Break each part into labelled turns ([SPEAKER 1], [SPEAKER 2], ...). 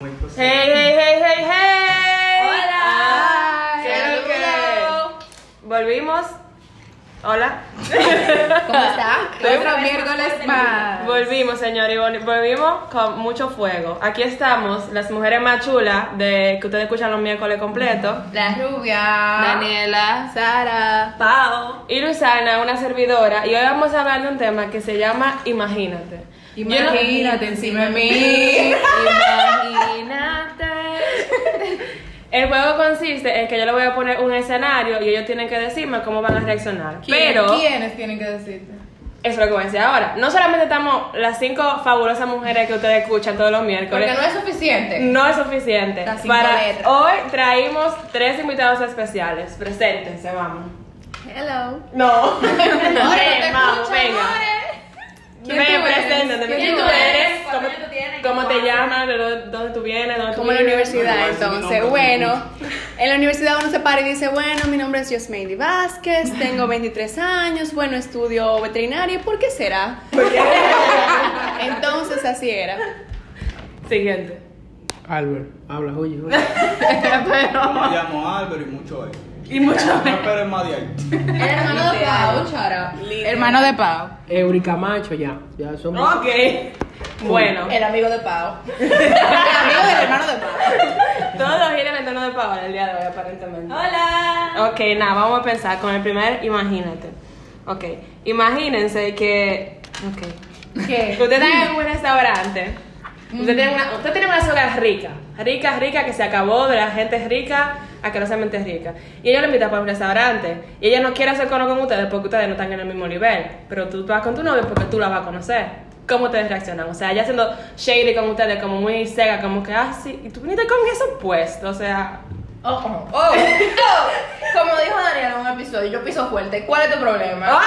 [SPEAKER 1] Hey, hey, hey, hey, hey.
[SPEAKER 2] Hola.
[SPEAKER 1] ¿Qué es lo que?
[SPEAKER 2] Hello.
[SPEAKER 1] Volvimos. Hola.
[SPEAKER 3] ¿Cómo está?
[SPEAKER 2] Otra
[SPEAKER 3] Otro
[SPEAKER 2] vez más.
[SPEAKER 3] miércoles más.
[SPEAKER 1] Volvimos, señores, y vol- volvimos con mucho fuego. Aquí estamos, las mujeres más chulas de que ustedes escuchan los miércoles completos.
[SPEAKER 3] La rubia.
[SPEAKER 2] Daniela.
[SPEAKER 3] Ah. Sara.
[SPEAKER 2] Pau.
[SPEAKER 1] Y Luisana, una servidora, y hoy vamos a hablar de un tema que se llama Imagínate. Yo no-
[SPEAKER 3] Imagínate encima de mí.
[SPEAKER 2] Imagínate.
[SPEAKER 1] El juego consiste en que yo le voy a poner un escenario y ellos tienen que decirme cómo van a reaccionar. Pero
[SPEAKER 3] ¿Quiénes tienen que decirte?
[SPEAKER 1] Eso es lo que voy a decir ahora. No solamente estamos las cinco fabulosas mujeres que ustedes escuchan todos los
[SPEAKER 3] Porque
[SPEAKER 4] e-
[SPEAKER 1] miércoles.
[SPEAKER 3] no es suficiente.
[SPEAKER 1] No es suficiente.
[SPEAKER 3] Las cinco
[SPEAKER 1] Para
[SPEAKER 3] letras.
[SPEAKER 1] hoy traímos tres invitados especiales. Preséntense, vamos.
[SPEAKER 4] Mm.
[SPEAKER 2] Hello.
[SPEAKER 1] No.
[SPEAKER 4] eh,
[SPEAKER 3] More,
[SPEAKER 1] Ven,
[SPEAKER 3] te
[SPEAKER 1] vamos,
[SPEAKER 3] escucho,
[SPEAKER 1] venga.
[SPEAKER 3] More.
[SPEAKER 1] Ven,
[SPEAKER 3] ¿Quién tú eres?
[SPEAKER 1] preséntate.
[SPEAKER 3] ¿Quién
[SPEAKER 1] tú
[SPEAKER 3] tú
[SPEAKER 2] eres?
[SPEAKER 1] eres?
[SPEAKER 2] ¿Cuántos años tú tienes?
[SPEAKER 1] ¿Cómo te
[SPEAKER 2] ¿Cuántos?
[SPEAKER 1] llamas? ¿De dó- ¿Dónde tú vienes? ¿Dónde tú
[SPEAKER 4] Como en la
[SPEAKER 1] vives?
[SPEAKER 4] universidad, entonces, bueno, en la universidad uno se para y dice, bueno, mi nombre es Yosmeili Vázquez, tengo 23 años, bueno, estudio veterinaria, ¿por qué será? Entonces, así era.
[SPEAKER 1] Siguiente.
[SPEAKER 5] Albert, habla, oye, oye.
[SPEAKER 4] Pero,
[SPEAKER 6] Me llamo Álvaro y mucho ahí.
[SPEAKER 1] Y mucho
[SPEAKER 6] No esperes más de ahí.
[SPEAKER 3] El hermano de Pau, Chara. Hermano de Pau.
[SPEAKER 5] Eurica Macho, ya, ya somos.
[SPEAKER 1] Ok. Bueno,
[SPEAKER 3] El amigo de Pau. El amigo del hermano de Pau.
[SPEAKER 1] todo gira en el entorno de Paola el día de hoy, aparentemente.
[SPEAKER 2] Hola.
[SPEAKER 1] Ok, nada, vamos a pensar con el primer, imagínate. Ok, imagínense que. Ok.
[SPEAKER 3] ¿Qué?
[SPEAKER 1] Usted está en un restaurante. Usted tiene una, usted tiene una soga rica, rica, rica, que se acabó de la gente rica a que no solamente es rica. Y ella lo invita para un restaurante. Y ella no quiere hacer cono con ustedes porque ustedes no están en el mismo nivel. Pero tú vas con tu novio porque tú la vas a conocer. ¿Cómo ustedes reaccionan? O sea, ella siendo shady con ustedes, como muy cega, como que, ah, sí, y tú viniste con eso puesto. O sea,
[SPEAKER 3] Oh, oh, oh. Como dijo Daniela en un episodio, yo piso fuerte. ¿Cuál es tu problema? Ah, oh.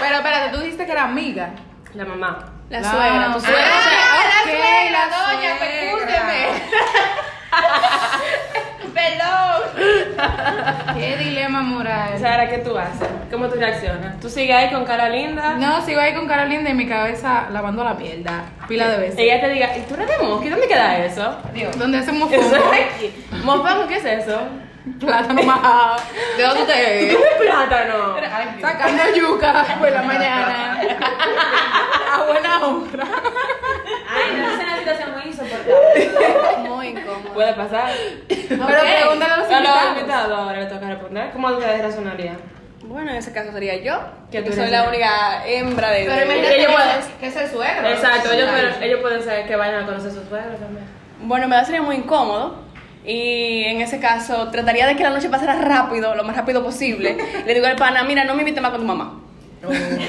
[SPEAKER 3] Pero espérate, tú dijiste que era amiga.
[SPEAKER 1] la mamá.
[SPEAKER 4] la suegra, tu
[SPEAKER 3] Ah,
[SPEAKER 4] suegra. o sea,
[SPEAKER 3] la
[SPEAKER 4] ok,
[SPEAKER 3] suegra,
[SPEAKER 4] la
[SPEAKER 3] doña,
[SPEAKER 4] suegra.
[SPEAKER 3] percúseme. Perdón. Qué dilema moral.
[SPEAKER 1] Sara, ¿qué tú haces? ¿Cómo tú reaccionas? ¿Tú sigues ahí con cara linda?
[SPEAKER 3] no, sigo ahí con Carolina y mi cabeza lavando la mierda. Pila de veces.
[SPEAKER 1] Ella te diga, ¿y tú eres de mosca? ¿Y ¿Dónde queda eso?
[SPEAKER 3] ¿Dónde hacemos
[SPEAKER 1] Eso
[SPEAKER 3] fondo?
[SPEAKER 1] es aquí. Mofongo, ¿qué es eso?
[SPEAKER 3] Plátano majado. ¿De dónde
[SPEAKER 1] ¿Tú
[SPEAKER 3] te
[SPEAKER 1] comes plátano?
[SPEAKER 3] Sacando yuca por la mañana. A buena hora.
[SPEAKER 2] Ay, no, es una situación muy insoportable.
[SPEAKER 4] Muy incómodo.
[SPEAKER 1] Puede pasar.
[SPEAKER 3] Pero pregúntale a los
[SPEAKER 1] Solo
[SPEAKER 3] invitados.
[SPEAKER 1] invitado ahora le toca responder. ¿Cómo ustedes razonarían?
[SPEAKER 4] Bueno, en ese caso sería yo,
[SPEAKER 1] Que
[SPEAKER 4] que
[SPEAKER 1] tú
[SPEAKER 4] soy
[SPEAKER 1] eres
[SPEAKER 4] la
[SPEAKER 1] la-
[SPEAKER 4] única hembra de...
[SPEAKER 3] Pero
[SPEAKER 4] de-
[SPEAKER 3] imagínate
[SPEAKER 1] Ellos
[SPEAKER 3] que-
[SPEAKER 1] pueden-
[SPEAKER 3] que es el suegro.
[SPEAKER 1] Exacto, ellos,
[SPEAKER 3] Claro.
[SPEAKER 1] pueden- ellos pueden saber que vayan a conocer sus suegros también.
[SPEAKER 4] Bueno, me va a ser muy incómodo. Y en ese caso, trataría de que la noche pasara rápido, lo más rápido posible. Le digo al pana, mira, no me invites más con tu mamá.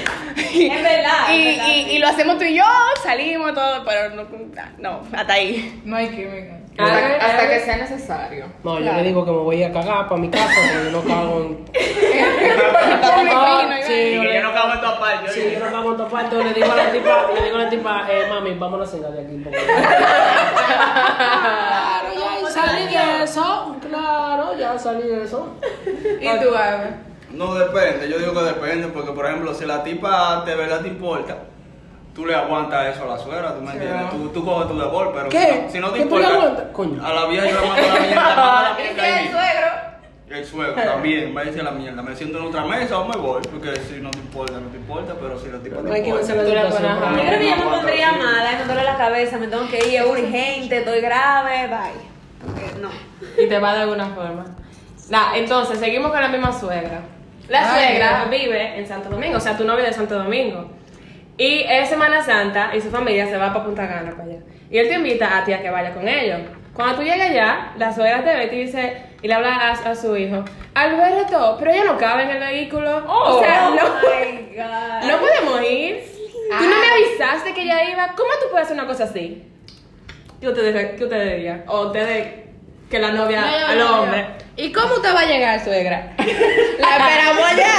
[SPEAKER 2] Es verdad.
[SPEAKER 4] y,
[SPEAKER 2] es verdad,
[SPEAKER 4] y-
[SPEAKER 2] sí.
[SPEAKER 4] y lo hacemos tú y yo, salimos, todo, pero no, no, hasta ahí.
[SPEAKER 3] No hay química.
[SPEAKER 1] Hasta- hasta que
[SPEAKER 3] sea necesario.
[SPEAKER 5] No, yo
[SPEAKER 4] Claro.
[SPEAKER 5] le digo que me voy a cagar para mi casa, porque yo no cago en. Ah,
[SPEAKER 4] Fino,
[SPEAKER 5] sí, yo,
[SPEAKER 6] Porque yo no
[SPEAKER 5] le-
[SPEAKER 6] cago en tu parte.
[SPEAKER 5] sí, yo no cago en tu parte, yo le digo a la tipa, le digo a la tipa, eh, mami, vámonos a cenar de aquí. porque- Claro, ya salí de eso, claro, ya salí de eso.
[SPEAKER 3] ¿Y tú, Ave?
[SPEAKER 6] No depende, yo digo que depende, porque por ejemplo, si la tipa de verdad te importa, tú le aguantas eso a la suegra, tú me entiendes. Tú, tú coges tu devor, pero
[SPEAKER 5] ¿Qué?
[SPEAKER 6] si no- si no te
[SPEAKER 5] ¿Que tú le aguantas?
[SPEAKER 6] importa,
[SPEAKER 5] Coño.
[SPEAKER 6] a la vieja yo la mando a la mierda, mando a la
[SPEAKER 3] ¿Y
[SPEAKER 6] mierda
[SPEAKER 3] si
[SPEAKER 6] ahí
[SPEAKER 3] el
[SPEAKER 6] mismo.
[SPEAKER 3] suegro?
[SPEAKER 6] El suegro también, me dice la mierda. Me siento en otra mesa o me voy, porque si no te importa, no te importa, pero si la tipa
[SPEAKER 5] No hay
[SPEAKER 6] te
[SPEAKER 5] que vencer la
[SPEAKER 1] Tú
[SPEAKER 6] importa.
[SPEAKER 1] la
[SPEAKER 5] situación.
[SPEAKER 1] pones a-
[SPEAKER 2] Yo creo que yo me
[SPEAKER 6] No,
[SPEAKER 2] pondría
[SPEAKER 6] sí.
[SPEAKER 2] mala, me duele la cabeza, me tengo que ir, es urgente, estoy grave, bye. Porque no.
[SPEAKER 1] Y te va de alguna forma. Nah, entonces, seguimos con la misma suegra. La
[SPEAKER 3] Ay,
[SPEAKER 1] suegra
[SPEAKER 3] no.
[SPEAKER 1] vive en Santo Domingo, o sea, tu novio de Santo Domingo. Y es Semana Santa y su familia se va para Punta Cana, para allá. Y él te invita a ti a que vaya con ellos. Cuando tú llegas allá, la suegra te ve y te dice, y le habla a, a su hijo, Alberto, pero ella no cabe en el vehículo. o sea, no,
[SPEAKER 2] my God.
[SPEAKER 1] no podemos ir. Tú no me avisaste que ella iba. ¿Cómo tú puedes hacer una cosa así? ¿Qué ustedes, qué ustedes dirían? O ustedes, que la novia,
[SPEAKER 3] No, no,
[SPEAKER 1] al
[SPEAKER 3] no, no.
[SPEAKER 1] hombre.
[SPEAKER 3] ¿Y cómo te va a llegar, suegra? La esperamos allá.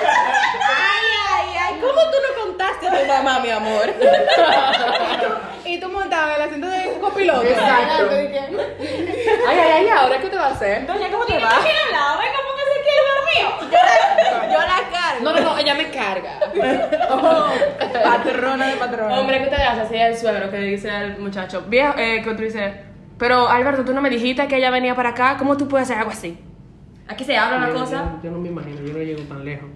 [SPEAKER 4] Ay, ay, ay, ¿cómo tú no contaste a tu mamá, mi amor? y tú montabas el asiento de un copiloto.
[SPEAKER 3] Exacto.
[SPEAKER 4] Ay, ay, ay, ¿ahora qué te va a hacer?
[SPEAKER 1] Doña, ¿cómo te va?
[SPEAKER 2] Mírala, ve cómo que se quiere dormir.
[SPEAKER 4] Yo la
[SPEAKER 3] cargo.
[SPEAKER 7] No, no, no, ella me carga.
[SPEAKER 3] Patrona de patrona.
[SPEAKER 1] Hombre, ¿qué te hace así el suegro que le dice al muchacho? Viejo, eh, que tú dices, pero Alberto, tú no me dijiste que ella venía para acá, ¿cómo tú puedes hacer algo así? Aquí se habla una
[SPEAKER 5] Yo-
[SPEAKER 1] cosa.
[SPEAKER 5] Yo, yo no me imagino, yo no llego tan lejos.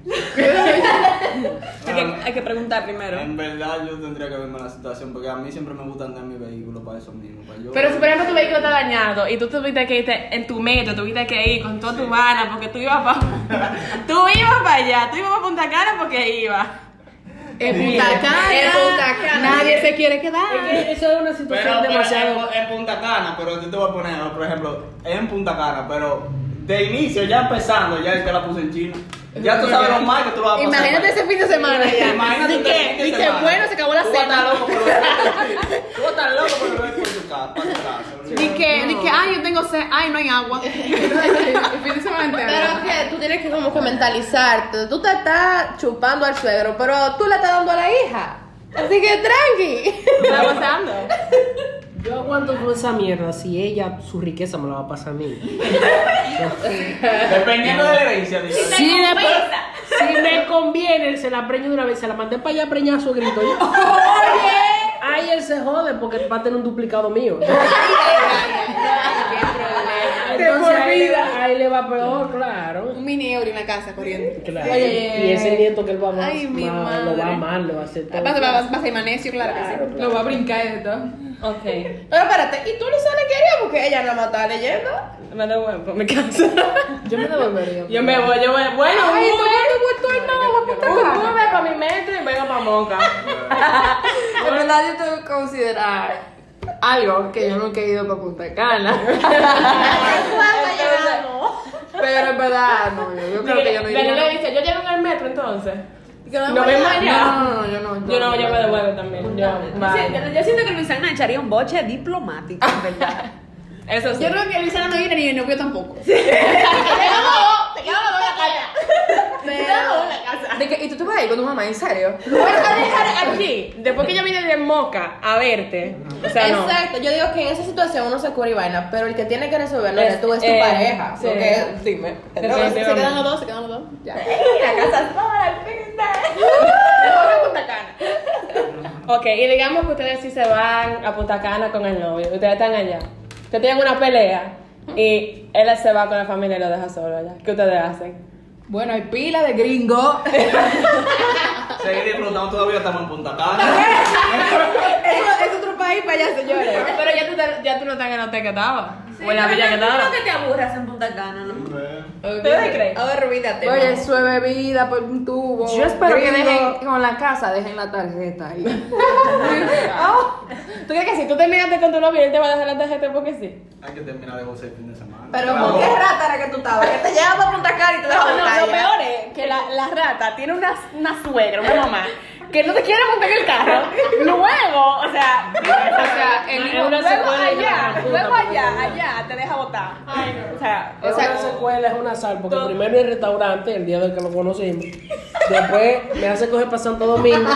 [SPEAKER 3] Hay que, hay que preguntar primero.
[SPEAKER 6] En verdad yo tendría que verme la situación porque a mí siempre me gusta andar en mi vehículo para eso mismo. Para yo,
[SPEAKER 1] Pero si por ejemplo tu vehículo está dañado y tú tuviste que irte en tu metro, tuviste que ir con toda tu vana porque tú ibas para tú ibas para allá, tú ibas para Punta Cana porque ibas.
[SPEAKER 7] En Punta Cana.
[SPEAKER 3] En Punta Cana.
[SPEAKER 7] Nadie se quiere quedar.
[SPEAKER 5] Es que eso es una
[SPEAKER 6] Pero,
[SPEAKER 5] situación
[SPEAKER 6] pero
[SPEAKER 5] demasiado.
[SPEAKER 6] en, en Punta Cana, pero yo te voy a poner, por ejemplo, en Punta Cana, pero de inicio, ya empezando, ya te la puse en chino. Ya tú sabes lo mal que tú lo vas a pasar. pues.
[SPEAKER 7] Imagínate ese fin de semana ya.
[SPEAKER 6] Imagínate
[SPEAKER 7] Di
[SPEAKER 6] un
[SPEAKER 7] que,
[SPEAKER 6] fin de
[SPEAKER 7] di que,
[SPEAKER 6] semana.
[SPEAKER 7] bueno, se acabó la
[SPEAKER 6] Tú vas a estar
[SPEAKER 7] cena.
[SPEAKER 6] loco por lo- Tú vas a estar loco por lo por tu casa. para tu casa.
[SPEAKER 7] Di que, di que, ay, yo tengo sed, ay, no hay agua. El fin de semana entero.
[SPEAKER 4] Pero que tú tienes que como que mentalizarte. Tú te estás chupando al suegro, pero tú le estás dando a la hija. Así que tranqui.
[SPEAKER 1] ¿Qué está pasando?
[SPEAKER 5] Yo aguanto toda esa mierda si ella, su riqueza me la va a pasar a mí.
[SPEAKER 6] Dependiendo de la herencia, digo.
[SPEAKER 5] Si, le- si me conviene, se la preño de una vez, se la mandé para allá preñar a su grito. Yo- Ay, él se jode porque va a tener un duplicado mío. Entonces, ahí, le va- ahí le va peor, claro.
[SPEAKER 7] Un mini euro en la casa corriendo.
[SPEAKER 5] Claro.
[SPEAKER 7] Oye.
[SPEAKER 5] y ese nieto que él va mal,
[SPEAKER 7] Ay, mi
[SPEAKER 5] mal, lo va
[SPEAKER 7] madre.
[SPEAKER 5] mal, lo va a hacer todo.
[SPEAKER 7] Vas a, vas, vas a Imanecio, claro que sí.
[SPEAKER 5] Claro, claro.
[SPEAKER 3] brincar esto.
[SPEAKER 1] Ok.
[SPEAKER 4] Pero espérate, ¿y tú no sabes qué haría? Porque ella nada más está leyendo.
[SPEAKER 1] Me da huevo, me canso.
[SPEAKER 5] Yo me devolvería.
[SPEAKER 1] Yo me voy, yo voy. Bueno,
[SPEAKER 3] Ay,
[SPEAKER 1] un
[SPEAKER 3] tú
[SPEAKER 1] Uber,
[SPEAKER 3] tú vuelto
[SPEAKER 1] un Uber para mi metro y vengo para Moca.
[SPEAKER 3] En verdad, yo tengo que considerar algo que yo nunca he ido para Punta Cana. Pero en verdad, no, yo, yo creo que yo no
[SPEAKER 1] Daniel
[SPEAKER 3] iría.
[SPEAKER 1] le dice, yo llego en el metro entonces.
[SPEAKER 3] No,
[SPEAKER 1] Nos vemos allá.
[SPEAKER 3] no, no, yo no.
[SPEAKER 1] Yo no, yo me devuelvo también. Yo, bye.
[SPEAKER 3] Yo siento que Luisana echaría un boche diplomático, en verdad.
[SPEAKER 1] Eso sí.
[SPEAKER 7] Yo creo que Luisana no viene ni el novio tampoco.
[SPEAKER 3] De que, ¿Y tú te vas a ir con tu mamá? ¿En serio?
[SPEAKER 1] Lo voy a dejar aquí. Después que yo vine de Moca a verte. O sea, no.
[SPEAKER 4] Exacto, yo digo que en esa situación uno se cura y vaina, pero el que tiene que resolverlo
[SPEAKER 1] Es-
[SPEAKER 4] es, tú, es tu
[SPEAKER 1] eh,
[SPEAKER 4] pareja.
[SPEAKER 1] sí.
[SPEAKER 4] Lo que- dime.
[SPEAKER 1] Pero se quedan
[SPEAKER 7] los dos, se quedan los dos.
[SPEAKER 4] La casa sola, al fin,
[SPEAKER 1] Ok, y digamos que ustedes sí se van a Punta Cana con el novio. Ustedes están allá. Ustedes tienen una pelea y él se va con la familia y lo deja solo allá. ¿Qué ustedes hacen?
[SPEAKER 3] Bueno, hay pila de gringo.
[SPEAKER 6] Seguir disfrutando todavía estamos en Punta Cana.
[SPEAKER 3] Eso es otro país para allá, señores.
[SPEAKER 1] Pero ya tú, ya tú no estás en el hotel que estaba. o en la villa que
[SPEAKER 3] No
[SPEAKER 1] estaba.
[SPEAKER 3] creo que te aburras en Punta Cana, ¿no?
[SPEAKER 1] ¿Ustedes creen?
[SPEAKER 4] Ahora olvídate.
[SPEAKER 3] Oye,
[SPEAKER 4] mamá.
[SPEAKER 3] su bebida por un tubo.
[SPEAKER 1] Yo espero que dejen-
[SPEAKER 3] con la casa, dejen la tarjeta ahí.
[SPEAKER 1] ¿Tú crees que si tú terminaste con tu novio, él te va a dejar la tarjeta porque sí?
[SPEAKER 6] Hay que terminar de gozar el fin de semana.
[SPEAKER 4] Pero
[SPEAKER 6] Claro.
[SPEAKER 4] ¿con qué rata era que tú estabas? Que te llevaba a Punta Cana y te
[SPEAKER 1] No,
[SPEAKER 4] dejaba
[SPEAKER 1] no, lo peor es que la, la rata tiene una, una suegra, una mamá, que no te quiere montar en el carro. Luego, o sea, o sea el
[SPEAKER 5] No, una
[SPEAKER 1] luego
[SPEAKER 5] secuela y
[SPEAKER 1] allá,
[SPEAKER 5] una puta,
[SPEAKER 1] luego
[SPEAKER 5] porque
[SPEAKER 1] allá,
[SPEAKER 5] no.
[SPEAKER 1] allá, te deja botar. O sea,
[SPEAKER 5] Es una secuela, es una sal, porque primero el restaurante, el día del que lo conocimos, después me hace coger para Santo Domingo,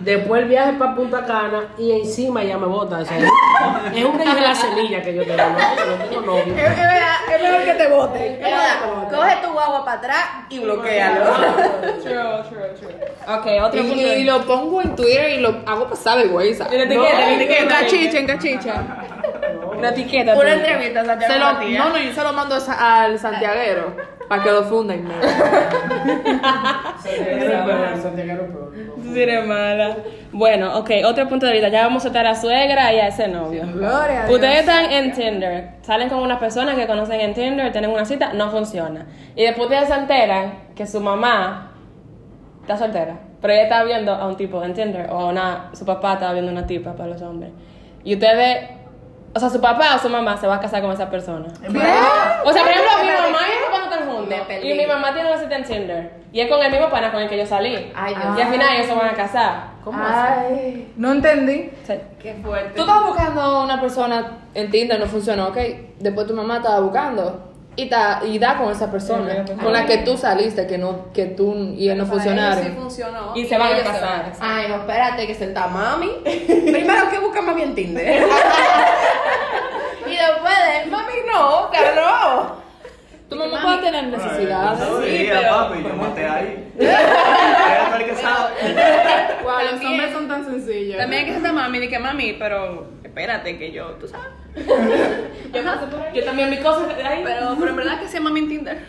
[SPEAKER 5] después el viaje para Punta Cana y encima ya me bota. o sea, es un rey de la semilla que yo tengo, no, no tengo novio.
[SPEAKER 3] es mejor que te voten.
[SPEAKER 4] Coge tu guagua para atrás y bloquealo.
[SPEAKER 1] ok, otro punto.
[SPEAKER 7] Y, y lo pongo en Twitter y lo hago pasar de WhatsApp.
[SPEAKER 1] En la etiqueta, en la etiqueta.
[SPEAKER 7] En cachicha, en cachicha.
[SPEAKER 1] Una etiqueta. tú.
[SPEAKER 4] entrevista, Santiago
[SPEAKER 7] Se lo-
[SPEAKER 4] Matías.
[SPEAKER 7] no, no, yo se lo mando esa- al santiaguero para que lo funden. ¿no?
[SPEAKER 1] Tú sí eres mala. Bueno, ok, otro punto de vista. Ya vamos a estar a la suegra y a ese novio.
[SPEAKER 3] Gloria a Dios.
[SPEAKER 1] Ustedes están en Tinder, salen con una persona que conocen en Tinder, tienen una cita, no funciona. Y después ustedes se enteran que su mamá está soltera, pero ella está viendo a un tipo en Tinder, o a una, su papá estaba viendo una tipa para los hombres. Y ustedes, o sea, su papá o su mamá se va a casar con esa persona. O sea, por ejemplo, mi mamá y mi papá no están juntos. Y mi mamá tiene una cita en Tinder. Y es con el mismo pana con el que yo salí.
[SPEAKER 4] Ay, Dios.
[SPEAKER 1] y al final ellos se van a casar.
[SPEAKER 4] ¿Cómo
[SPEAKER 3] Ay, no entendí.
[SPEAKER 1] O sea,
[SPEAKER 4] Qué fuerte.
[SPEAKER 8] Tú estabas buscando una persona en Tinder, no funcionó, ok. Después tu mamá estaba buscando y, ta- y da con esa persona, con la que tú saliste, que no, que tú y él no funcionaron.
[SPEAKER 3] funcionó.
[SPEAKER 1] y se van a casar.
[SPEAKER 4] Ay, no, espérate, que senta mami. Primero que busca mami en Tinder. y después de mami no, claro.
[SPEAKER 8] Tu mamá puede
[SPEAKER 9] no tener necesidad.
[SPEAKER 6] Yo
[SPEAKER 9] Sí,
[SPEAKER 6] diría,
[SPEAKER 9] pero-
[SPEAKER 6] papi, yo maté ahí. Era tal que sabe.
[SPEAKER 2] Wow, los
[SPEAKER 4] También-
[SPEAKER 2] hombres son tan sencillos.
[SPEAKER 4] También hay que sentar mami, de que mami, pero espérate que yo, tú sabes.
[SPEAKER 1] Yo pasé por ahí. Yo también vi cosas ahí.
[SPEAKER 4] Pero, pero en verdad que sea mami en Tinder.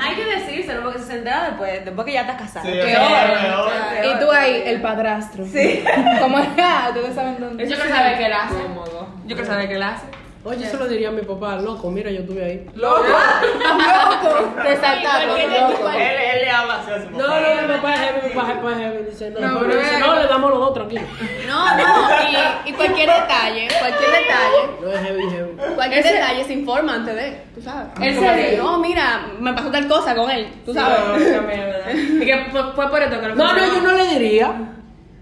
[SPEAKER 10] Hay que decírselo porque se entera después, después que ya estás casada.
[SPEAKER 6] Sí,
[SPEAKER 10] Que-
[SPEAKER 6] peor, peor.
[SPEAKER 3] Y tú ahí, el padrastro.
[SPEAKER 10] Sí.
[SPEAKER 3] Como ya, Ah, ustedes saben dónde.
[SPEAKER 1] Yo quiero saber qué él hace. Yo quiero saber qué él hace.
[SPEAKER 5] Oye, yo se lo diría a mi papá, loco, mira, yo estuve ahí.
[SPEAKER 2] Te saltaron, loco.
[SPEAKER 6] Él, él le habla así a su
[SPEAKER 5] No,
[SPEAKER 6] papá.
[SPEAKER 5] no, mi papá es heavy, mi papá es- papá es heavy. Dice, no,
[SPEAKER 2] No,
[SPEAKER 5] papá dice, no, le damos los dos, tranquilo.
[SPEAKER 4] No, no, y, y cualquier detalle, cualquier detalle,
[SPEAKER 5] No es heavy, heavy.
[SPEAKER 4] cualquier detalle se informa antes de, tú sabes.
[SPEAKER 1] ¿En
[SPEAKER 4] Como que,
[SPEAKER 1] serio?
[SPEAKER 4] No, mira, me pasó tal cosa con él, tú sabes.
[SPEAKER 1] Y que fue, fue por esto que lo
[SPEAKER 5] No, no, yo no le diría.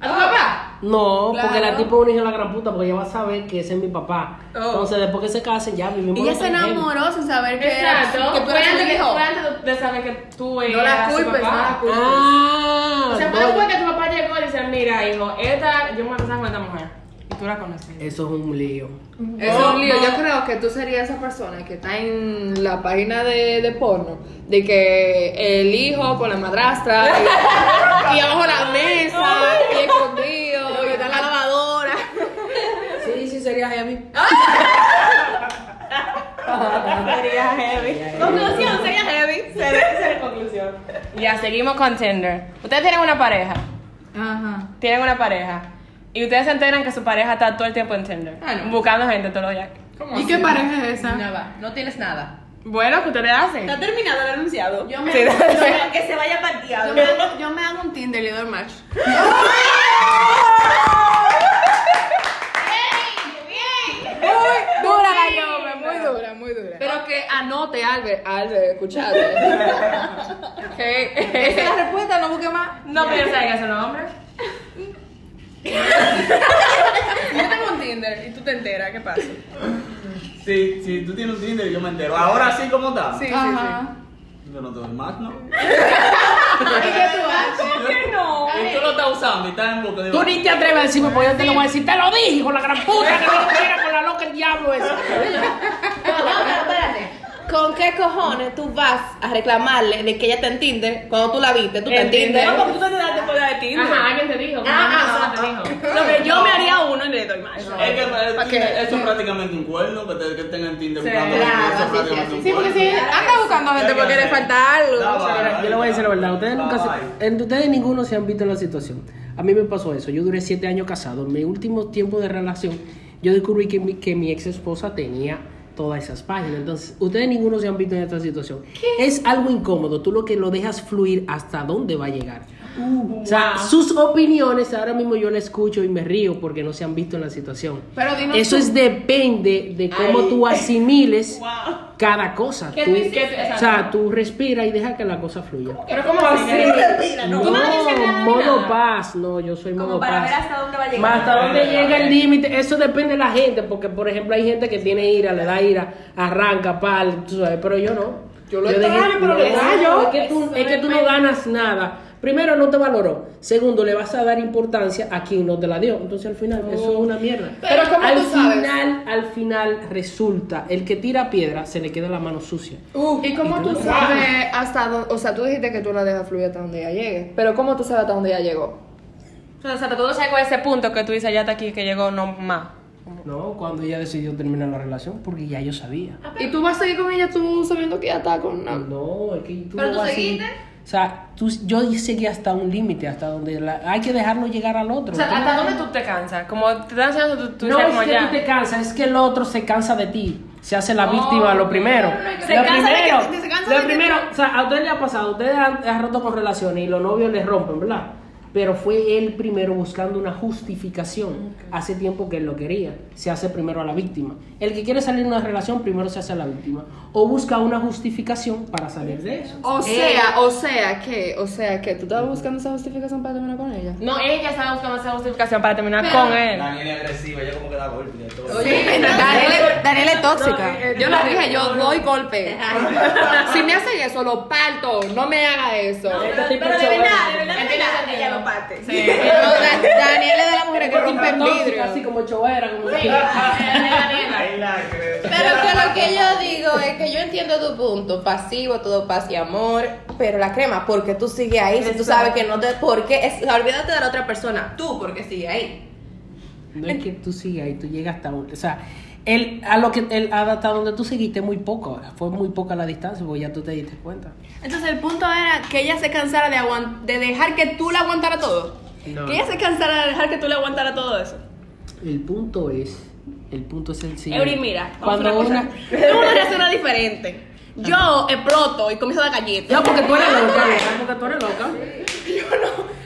[SPEAKER 1] ¿A tu papá?
[SPEAKER 5] No,
[SPEAKER 4] Claro.
[SPEAKER 5] porque la tipo es una hija de la gran puta, porque ella va a saber que ese es mi papá.
[SPEAKER 1] Oh.
[SPEAKER 5] Entonces, después que se case, ya vivimos.
[SPEAKER 4] Ella
[SPEAKER 5] los
[SPEAKER 4] se
[SPEAKER 5] tres heavy.
[SPEAKER 4] enamoró sin saber que, era-
[SPEAKER 1] Exacto.
[SPEAKER 4] que tú
[SPEAKER 1] fue,
[SPEAKER 4] eras
[SPEAKER 1] antes
[SPEAKER 4] su
[SPEAKER 1] que,
[SPEAKER 4] hijo.
[SPEAKER 1] fue antes de saber que tú eras
[SPEAKER 3] No la
[SPEAKER 1] su
[SPEAKER 3] culpes, no
[SPEAKER 1] papá.
[SPEAKER 3] la culpes.
[SPEAKER 5] Ah,
[SPEAKER 1] O sea, fue
[SPEAKER 5] no.
[SPEAKER 1] después que tu papá llegó y dice, mira, hijo, esta, yo me voy a casar con esta mujer. Y tú la conoces.
[SPEAKER 5] Eso es un lío.
[SPEAKER 9] Es un lío. Yo creo que tú serías esa persona que está en la página de, de porno, de que el hijo con la madrastra y, y abajo la mesa y escondido y está en la lavadora.
[SPEAKER 5] Sí, sí, sería heavy.
[SPEAKER 10] Sería heavy. Conclusión, sería heavy.
[SPEAKER 1] Ya, seguimos con Tinder. Ustedes tienen una pareja.
[SPEAKER 3] Ajá.
[SPEAKER 1] Tienen una pareja. Y ustedes se enteran que su pareja está todo el tiempo en Tinder.
[SPEAKER 3] Ah, no.
[SPEAKER 1] Buscando gente todos los días.
[SPEAKER 2] ¿Y qué pareja es esa?
[SPEAKER 3] No va, no tienes nada.
[SPEAKER 1] Bueno, ¿qué ustedes hacen?
[SPEAKER 10] Está terminado el anunciado.
[SPEAKER 4] Yo me,
[SPEAKER 1] Sí,
[SPEAKER 4] yo me-
[SPEAKER 10] que se vaya
[SPEAKER 4] yo
[SPEAKER 10] partiado.
[SPEAKER 4] me- yo me hago un Tinder y le doy el match.
[SPEAKER 2] Dura la llave, muy dura, muy dura.
[SPEAKER 9] Pero que anote, Albert, Albert, escuchate.
[SPEAKER 2] Esa es la respuesta, no busque más.
[SPEAKER 1] Eh, No piensan que son los hombres.
[SPEAKER 4] Yo tengo un Tinder y tú te enteras, ¿qué pasa?
[SPEAKER 6] Si, si tú tienes un Tinder, yo me entero. Ahora sí, ¿cómo está?
[SPEAKER 4] Sí,
[SPEAKER 2] Ajá.
[SPEAKER 6] Yo no te doy más, ¿no?
[SPEAKER 4] sí, sí. ¿Y qué tú haces?
[SPEAKER 6] ¿Por no? Y tú lo estás usando y estás en boca de...
[SPEAKER 5] Tú ni te atreves a decirme, pues yo te lo voy a decir, te lo dije con la gran puta, que no lo quiera con la loca el diablo esa.
[SPEAKER 10] ¿Con qué cojones tú vas a reclamarle de que ella está en Tinder cuando tú la viste? Tú estás en Tinder. No, porque tú te enteraste por la de Tinder.
[SPEAKER 1] Ajá, alguien te dijo.
[SPEAKER 10] Ah,
[SPEAKER 1] Ajá, te dijo.
[SPEAKER 4] Lo que yo me haría uno y le doy match.
[SPEAKER 6] Es que el Tinder- eso es prácticamente un cuerno que, te, que tenga en Tinder. buscando
[SPEAKER 10] claro, sí,
[SPEAKER 6] gente, eso es prácticamente un
[SPEAKER 2] Sí, porque
[SPEAKER 6] cuerno.
[SPEAKER 2] si anda buscando gente porque le falta
[SPEAKER 6] Da
[SPEAKER 2] algo.
[SPEAKER 6] vara,
[SPEAKER 5] Mira, yo le voy a decir la verdad, ustedes
[SPEAKER 6] da
[SPEAKER 5] nunca
[SPEAKER 6] vara.
[SPEAKER 5] se, en- ustedes ninguno se han visto en la situación. A mí me pasó eso, yo duré siete años casado, en mi último tiempo de relación, yo descubrí que mi, que mi ex esposa tenía todas esas páginas, entonces ustedes ninguno se han visto en esta situación. Es algo incómodo, tú lo que lo dejas fluir hasta dónde va a llegar. o sea, sus opiniones ahora mismo yo las escucho y me río porque no se han visto en la situación.
[SPEAKER 2] Pero dinos
[SPEAKER 5] Eso es depende de cómo tú asimiles cada cosa.
[SPEAKER 1] ¿Qué
[SPEAKER 5] Tú-
[SPEAKER 1] tú hiciste?
[SPEAKER 5] o sea, tú respira y deja que la cosa fluya.
[SPEAKER 1] Pero ¿cómo así?
[SPEAKER 5] No,
[SPEAKER 1] Tú no dices nada ni
[SPEAKER 5] modo
[SPEAKER 1] nada.
[SPEAKER 5] paz, no, yo soy modo
[SPEAKER 10] Como para ver
[SPEAKER 5] paz.
[SPEAKER 10] hasta dónde va a
[SPEAKER 5] Más
[SPEAKER 10] llegar.
[SPEAKER 5] hasta dónde llega el límite, eso depende de la gente, porque por ejemplo hay gente que tiene ira, le da ira, arranca, pal, tú sabes, pero yo no. Yo lo
[SPEAKER 1] extraño, pero lo extraño.
[SPEAKER 5] Es que tú, es que tú no ganas nada. Primero, no te valoró. Segundo, le vas a dar importancia a quien no te la dio. Entonces, al final, eso es una mierda.
[SPEAKER 9] Pero, ¿cómo
[SPEAKER 5] al
[SPEAKER 9] tú sabes?
[SPEAKER 5] final, al final, resulta, el que tira piedra se le queda la mano sucia.
[SPEAKER 9] ¿Y cómo tú sabes hasta dónde? O sea, tú dijiste que tú la dejas fluir hasta donde ella llegue. Pero ¿cómo tú sabes hasta dónde ella llegó?
[SPEAKER 1] O sea, todo llegó a ese punto que tú dices, ya está aquí, que llegó no más.
[SPEAKER 5] No, cuando ella decidió terminar la relación, porque ya yo sabía.
[SPEAKER 9] Ah, ¿Y tú vas a seguir con ella tú sabiendo que ella está con una...
[SPEAKER 5] No, es que tú
[SPEAKER 10] Pero
[SPEAKER 5] no
[SPEAKER 10] tú
[SPEAKER 5] vas a seguir.
[SPEAKER 10] seguiste.
[SPEAKER 5] O sea, tú, yo seguí hasta un límite, hasta donde la- hay que dejarlo llegar al otro.
[SPEAKER 1] O sea,
[SPEAKER 5] Tú-
[SPEAKER 1] ¿hasta dónde tú te cansas? Como te están enseñando, tú, tú
[SPEAKER 5] no
[SPEAKER 1] dices
[SPEAKER 5] es
[SPEAKER 1] como
[SPEAKER 5] que
[SPEAKER 1] ya.
[SPEAKER 5] tú te cansas, es que el otro se cansa de ti. Se hace la víctima lo primero.
[SPEAKER 4] Se
[SPEAKER 5] lo
[SPEAKER 4] cansa de que-
[SPEAKER 5] primero,
[SPEAKER 4] que se cansa
[SPEAKER 5] lo
[SPEAKER 4] de que
[SPEAKER 5] primero,
[SPEAKER 4] tú-
[SPEAKER 5] o sea, a ustedes les ha pasado, ustedes han, han roto con relaciones y los novios les rompen, ¿verdad? Pero fue él primero buscando una justificación. Hace tiempo que él lo quería. Se hace primero a la víctima. El que quiere salir de una relación primero se hace a la víctima. O busca una justificación para salir de eso.
[SPEAKER 9] O sea, o sea que, o sea que, ¿tú estabas buscando esa justificación para terminar con ella?
[SPEAKER 1] No, ella estaba buscando esa justificación para terminar con él.
[SPEAKER 6] Daniel es agresiva, ella como que da golpe. y todo.
[SPEAKER 2] Daniel, Daniel es tóxica.
[SPEAKER 9] Yo lo dije, yo doy golpe. Si me hacen eso, lo parto. No me haga eso.
[SPEAKER 5] Este tipo
[SPEAKER 10] Pero de
[SPEAKER 5] se vuelve-
[SPEAKER 10] verdad, de verdad, de verdad, ella lo parte.
[SPEAKER 2] No, Da- Daniel es de las mujeres que
[SPEAKER 5] Pero
[SPEAKER 2] rompen
[SPEAKER 5] tóxica,
[SPEAKER 2] vidrio.
[SPEAKER 5] Así como chovera, como
[SPEAKER 6] Ahí la creo.
[SPEAKER 4] Pero que lo
[SPEAKER 10] lo que yo digo es que yo entiendo tu punto, pasivo, todo paz y amor, pero la crema, porque tú sigues ahí, si tú sabes que no te, porque es, olvídate de la otra persona, tú porque sigues ahí.
[SPEAKER 5] No es que tú sigas ahí, tú llegas hasta un- O sea, el, a lo que, el, hasta donde tú seguiste muy poco. Fue muy poca la distancia, porque ya tú te diste cuenta.
[SPEAKER 4] Entonces el punto era que ella se cansara de, aguan- de dejar que tú la aguantara todo.
[SPEAKER 5] No.
[SPEAKER 4] Que ella se cansara de dejar que tú le aguantara todo eso.
[SPEAKER 5] El punto es. El punto es el siguiente.
[SPEAKER 4] Eury, mira, vamos a
[SPEAKER 5] cuando
[SPEAKER 4] una
[SPEAKER 5] una.
[SPEAKER 4] cosa. Tú me eres una diferente. Yo exploto y comienzo a dar galletas.
[SPEAKER 5] No, porque tú eres loca. no, Porque tú eres loca.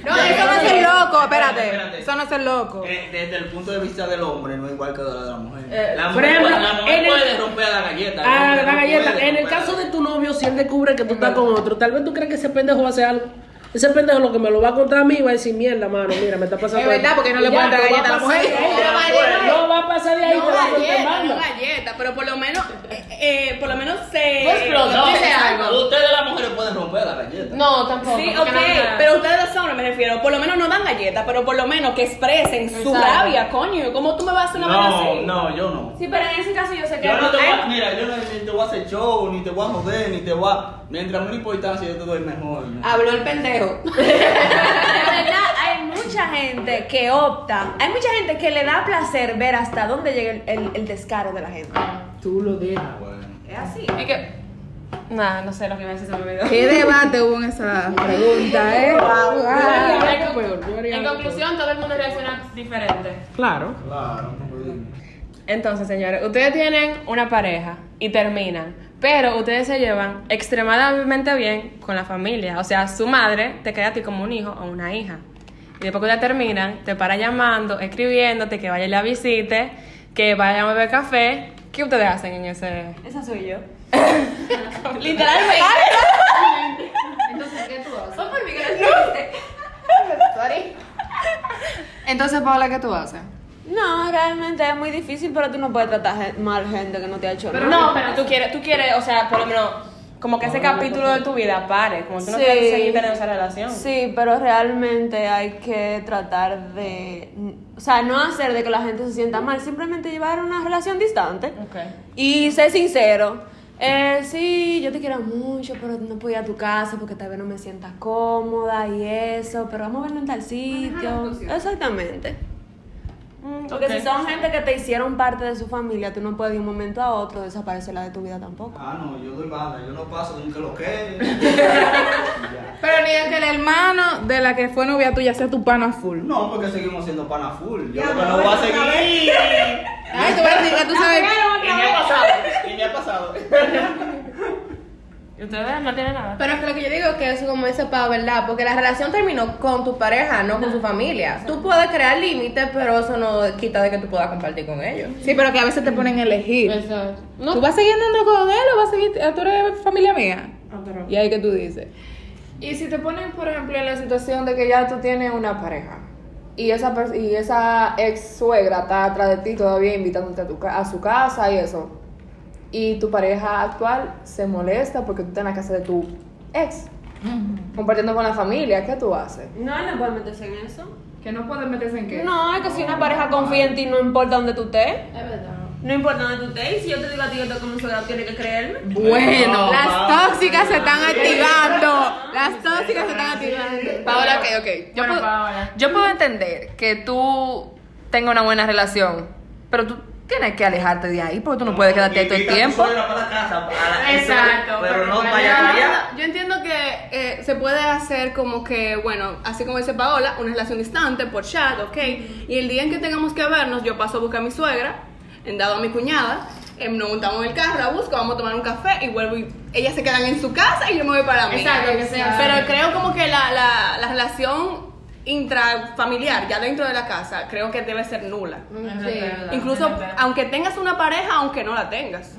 [SPEAKER 2] No, eso no es ser loco, espérate. Eso no es ser loco.
[SPEAKER 6] Eh, Desde el punto de vista del hombre, no es igual que de la de la mujer.
[SPEAKER 1] Eh,
[SPEAKER 6] la
[SPEAKER 5] por
[SPEAKER 6] mujer,
[SPEAKER 5] ejemplo,
[SPEAKER 6] la mujer
[SPEAKER 5] en el-
[SPEAKER 6] puede romper la galleta.
[SPEAKER 5] Ah,
[SPEAKER 6] hombre
[SPEAKER 5] la
[SPEAKER 6] no
[SPEAKER 5] galleta.
[SPEAKER 6] puede
[SPEAKER 5] En el
[SPEAKER 6] romper la
[SPEAKER 5] caso de tu novio, si él descubre que tú estás con otro, tal vez tú crees que ese pendejo va a hacer algo. Ese pendejo lo que me lo va a contar a mí va a decir, mierda, mano, mira, me está pasando.
[SPEAKER 2] Es verdad,
[SPEAKER 5] esto".
[SPEAKER 2] porque no le
[SPEAKER 5] Y ya,
[SPEAKER 2] pueden dar
[SPEAKER 5] no va
[SPEAKER 2] galleta a la
[SPEAKER 5] pasar de
[SPEAKER 2] mujer.
[SPEAKER 5] ahí,
[SPEAKER 2] Pero
[SPEAKER 5] No va a pasar de ahí, te va a contar
[SPEAKER 4] no
[SPEAKER 5] banda.
[SPEAKER 4] galletas, pero por lo menos, eh, eh, por lo menos se...
[SPEAKER 6] No,
[SPEAKER 4] dice algo.
[SPEAKER 6] Ustedes las mujeres pueden romper la galleta.
[SPEAKER 3] No, tampoco.
[SPEAKER 4] Sí,
[SPEAKER 3] porque
[SPEAKER 4] ok,
[SPEAKER 3] no me da.
[SPEAKER 4] pero ustedes los hombres me refiero, por lo menos no dan galletas, pero por lo menos que expresen su
[SPEAKER 3] Exacto.
[SPEAKER 4] rabia, coño, ¿cómo tú me vas a hacer una vaina
[SPEAKER 6] No,
[SPEAKER 4] así?
[SPEAKER 6] no, yo no.
[SPEAKER 1] Sí, pero en ese caso yo sé que.
[SPEAKER 6] Yo no te voy a,
[SPEAKER 1] Ay,
[SPEAKER 6] mira, yo no, ni te voy a hacer show, ni te voy a joder, ni te voy a... Mientras menos importancia yo te doy mejor. ¿no?
[SPEAKER 4] Ah.
[SPEAKER 10] Habló el pendejo.
[SPEAKER 11] La verdad, hay mucha gente que opta, hay mucha gente que le da placer ver hasta dónde llega el, el- el descaro de la gente.
[SPEAKER 5] Tú lo dejas.
[SPEAKER 6] Bueno.
[SPEAKER 11] Es así.
[SPEAKER 1] Nah, no sé lo que me hace se me olvidó.
[SPEAKER 2] ¿Qué debate hubo en esa pregunta, eh?
[SPEAKER 5] Yo haría
[SPEAKER 2] Wow.
[SPEAKER 5] algo peor, yo haría
[SPEAKER 3] En
[SPEAKER 5] algo
[SPEAKER 3] conclusión, todo el mundo reacciona diferente.
[SPEAKER 5] peor. Claro.
[SPEAKER 6] Claro, no puedo ir.
[SPEAKER 1] Entonces, señores, ustedes tienen una pareja y terminan, pero ustedes se llevan extremadamente bien con la familia. O sea, su madre te queda a ti como un hijo o una hija. Y después que ya terminan, te para llamando, escribiéndote, que vaya y la visite, que vaya a beber café. ¿Qué ustedes hacen en ese...?
[SPEAKER 11] Esa soy yo. Ah,
[SPEAKER 10] Literalmente.
[SPEAKER 3] Entonces, ¿qué tú haces?
[SPEAKER 2] Entonces, Paola, ¿qué tú haces?
[SPEAKER 11] No, realmente es muy difícil, pero tú no puedes tratar gen- mal gente que no te ha hecho nada.
[SPEAKER 1] no, pero tú quieres, tú quieres, o sea, por lo menos, como que ese capítulo de tu vida pare, como tú no quieres
[SPEAKER 11] Sí.
[SPEAKER 1] seguir teniendo esa relación.
[SPEAKER 11] Sí, pero realmente hay que tratar de, o sea, no hacer de que la gente se sienta mal, simplemente llevar una relación distante.
[SPEAKER 1] Ok.
[SPEAKER 11] Y sé sincero. Eh, sí, yo te quiero mucho, pero no puedo ir a tu casa porque tal vez no me sienta cómoda y eso, pero vamos a verlo en tal sitio. Exactamente. Mm, Porque si son gente que te hicieron parte de su familia, tú no puedes de un momento a otro desaparecerla de tu vida tampoco.
[SPEAKER 6] Ah, no, yo doy banda, yo no paso nunca lo que
[SPEAKER 2] Pero ni de que el hermano de la que fue novia tuya sea tu pana full.
[SPEAKER 6] No, porque seguimos siendo pana full. Yo lo que no voy a seguir.
[SPEAKER 2] Ay, tú vas a decir que tú sabes.
[SPEAKER 6] Y me ha pasado. Y me ha pasado.
[SPEAKER 1] ¿Y ustedes no tienen nada?
[SPEAKER 10] Pero es que lo que yo digo es que eso como dice Pau, ¿verdad? Porque la relación terminó con tu pareja, no con su familia. Tú puedes crear límites, pero eso no quita de que tú puedas compartir con ellos.
[SPEAKER 2] Sí, pero que a veces te ponen a elegir.
[SPEAKER 3] Exacto.
[SPEAKER 2] ¿Tú vas a seguir andando con él o vas a seguir.? ah, ¿Tú eres familia mía? Y ahí que tú dices. Ah, Y si te ponen, por ejemplo, en la situación de que ya tú tienes una pareja y esa, pers- y esa ex suegra está atrás de ti todavía invitándote a, tu ca- a su casa y eso, y tu pareja actual se molesta porque tú estás en la casa de tu ex, compartiendo con la familia, ¿qué tú haces?
[SPEAKER 11] No, no puedes meterse en eso.
[SPEAKER 2] Que no puedes meterse en
[SPEAKER 11] No, es que si una pareja confía en ti, no importa dónde tú estés.
[SPEAKER 3] Es verdad.
[SPEAKER 11] No importa dónde tú estés. Y si yo te digo a ti que estoy con un suegro, tienes que creerme.
[SPEAKER 2] Bueno, las tóxicas se están activando. Las tóxicas se están activando.
[SPEAKER 9] Paola, ok, ok. Yo, puedo, yo puedo entender que tú tengas una buena relación, pero tú tienes que alejarte de ahí porque tú no puedes quedarte ahí todo el
[SPEAKER 6] Invita a tu
[SPEAKER 9] tiempo.
[SPEAKER 6] suegra para la casa, para la-
[SPEAKER 3] Exacto,
[SPEAKER 6] Pero
[SPEAKER 3] pero
[SPEAKER 6] no
[SPEAKER 3] para
[SPEAKER 6] vaya
[SPEAKER 3] allá.
[SPEAKER 6] a criar.
[SPEAKER 4] Yo entiendo que eh, se puede hacer como que, bueno, así como dice Paola, una relación distante por chat, ok. Y el día en que tengamos que vernos, yo paso a buscar a mi suegra, en dado a mi cuñada, eh, nos montamos en el carro, la busco, vamos a tomar un café y vuelvo y ellas se quedan en su casa y yo me voy para mí.
[SPEAKER 3] Exacto, que sea.
[SPEAKER 4] Pero creo como que la, la, la relación intrafamiliar, ya dentro de la casa, creo que debe ser nula. Incluso aunque tengas una pareja, aunque no la tengas.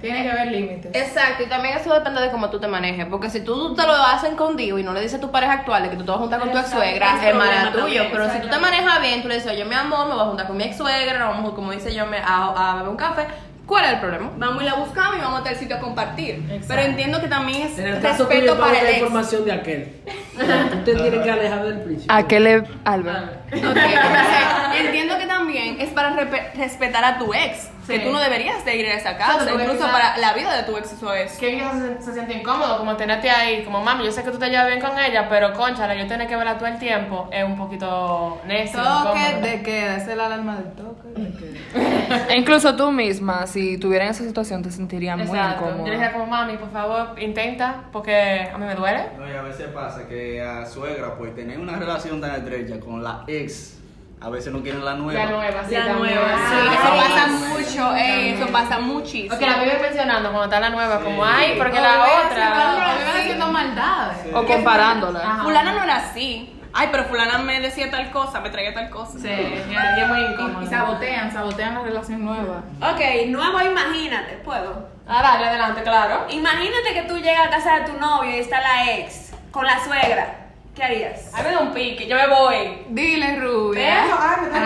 [SPEAKER 2] Tiene que haber límites.
[SPEAKER 10] Exacto, y también eso depende de cómo tú te manejes. Porque si tú te lo haces escondido y no le dices a tu pareja actual de que tú te vas a juntar con tu ex suegra, es hermana tuyo. Pero si tú te manejas bien, tú le dices, oye, mi amor, me voy a juntar con mi ex suegra, nos vamos, como dice yo, me- a, a beber un café. ¿Cuál es el problema?
[SPEAKER 4] Vamos y la buscamos y vamos a tal sitio a compartir. Pero entiendo que también es
[SPEAKER 5] En el caso tuyo,
[SPEAKER 4] respeto
[SPEAKER 5] yo
[SPEAKER 4] para
[SPEAKER 5] para
[SPEAKER 4] el
[SPEAKER 5] la
[SPEAKER 4] ex.
[SPEAKER 5] información de aquel. Usted tiene que alejar del principio.
[SPEAKER 2] ¿A qué le.? Álvaro.
[SPEAKER 4] Ok, entonces, entiendo que también también es para repe- respetar a tu ex. Que tú no deberías de ir a esa casa.
[SPEAKER 1] Exacto, porque
[SPEAKER 4] incluso
[SPEAKER 1] quizá-
[SPEAKER 4] para la vida de tu ex eso es.
[SPEAKER 1] Que ella se, se siente incómodo, como tenerte ahí, como mami, yo sé que tú te llevas bien con ella, pero conchala, yo tener que verla todo el tiempo es un poquito necio.
[SPEAKER 2] Toque
[SPEAKER 1] incómodo.
[SPEAKER 2] de queda, es el alarma del toque de queda. E
[SPEAKER 9] Incluso tú misma, si tuvieras esa situación, te sentirías muy
[SPEAKER 1] Exacto. Yo le
[SPEAKER 9] incómoda.
[SPEAKER 1] dije como mami, por favor, intenta, porque a mí me duele.
[SPEAKER 6] No, y a veces pasa que a suegra, pues tener una relación tan estrecha con la ex, a veces no quieren la nueva.
[SPEAKER 1] La nueva, sí,
[SPEAKER 4] La
[SPEAKER 1] también.
[SPEAKER 4] nueva, sí. Eso
[SPEAKER 1] Ay,
[SPEAKER 4] pasa mucho, ey,
[SPEAKER 10] eh,
[SPEAKER 4] eso pasa muchísimo.
[SPEAKER 1] Ok, la vive mencionando cuando está la nueva, como, ay, porque
[SPEAKER 4] O
[SPEAKER 1] la
[SPEAKER 4] ve
[SPEAKER 1] otra.
[SPEAKER 4] haciendo- o ve haciendo maldades.
[SPEAKER 2] O comparándola.
[SPEAKER 4] Fulana no era así. Ay, pero fulana me decía tal cosa, me traía tal cosa.
[SPEAKER 1] Sí, y es muy incómodo.
[SPEAKER 2] Y sabotean, sabotean la relación nueva.
[SPEAKER 11] Ok, nuevo, imagínate, puedo.
[SPEAKER 1] Ah, dale, adelante, claro.
[SPEAKER 11] Imagínate que tú llegas a casa de tu novio y está la ex con la suegra. ¿Qué harías?
[SPEAKER 1] A mí me da un pique, yo me voy.
[SPEAKER 2] Dile, Rubia.
[SPEAKER 11] Ay, con